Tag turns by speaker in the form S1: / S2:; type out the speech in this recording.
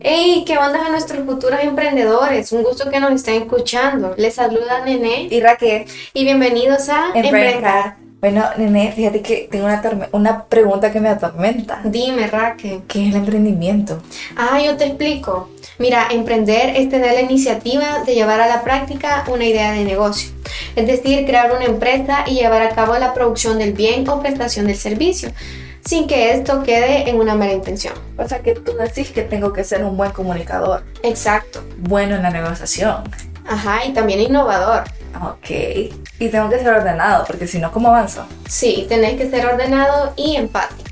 S1: Hey, ¿qué onda a nuestros futuros emprendedores? Un gusto que nos estén escuchando. Les saluda Nene
S2: Y Raquel,
S1: y bienvenidos a
S2: Emprendar. Bueno, Nene, fíjate que tengo una, torme- una pregunta que me atormenta.
S1: Dime, Raquel.
S2: ¿Qué es el emprendimiento?
S1: Ah, yo te explico. Mira, emprender es tener la iniciativa de llevar a la práctica una idea de negocio, es decir, crear una empresa y llevar a cabo la producción del bien o prestación del servicio, sin que esto quede en una mera intención.
S2: O sea, que tú decís que tengo que ser un buen comunicador,
S1: Exacto.
S2: bueno en la negociación.
S1: Ajá, y también innovador.
S2: Ok. Y tengo que ser ordenado, porque si no, ¿cómo avanzo?
S1: Sí, tenés que ser ordenado y empático.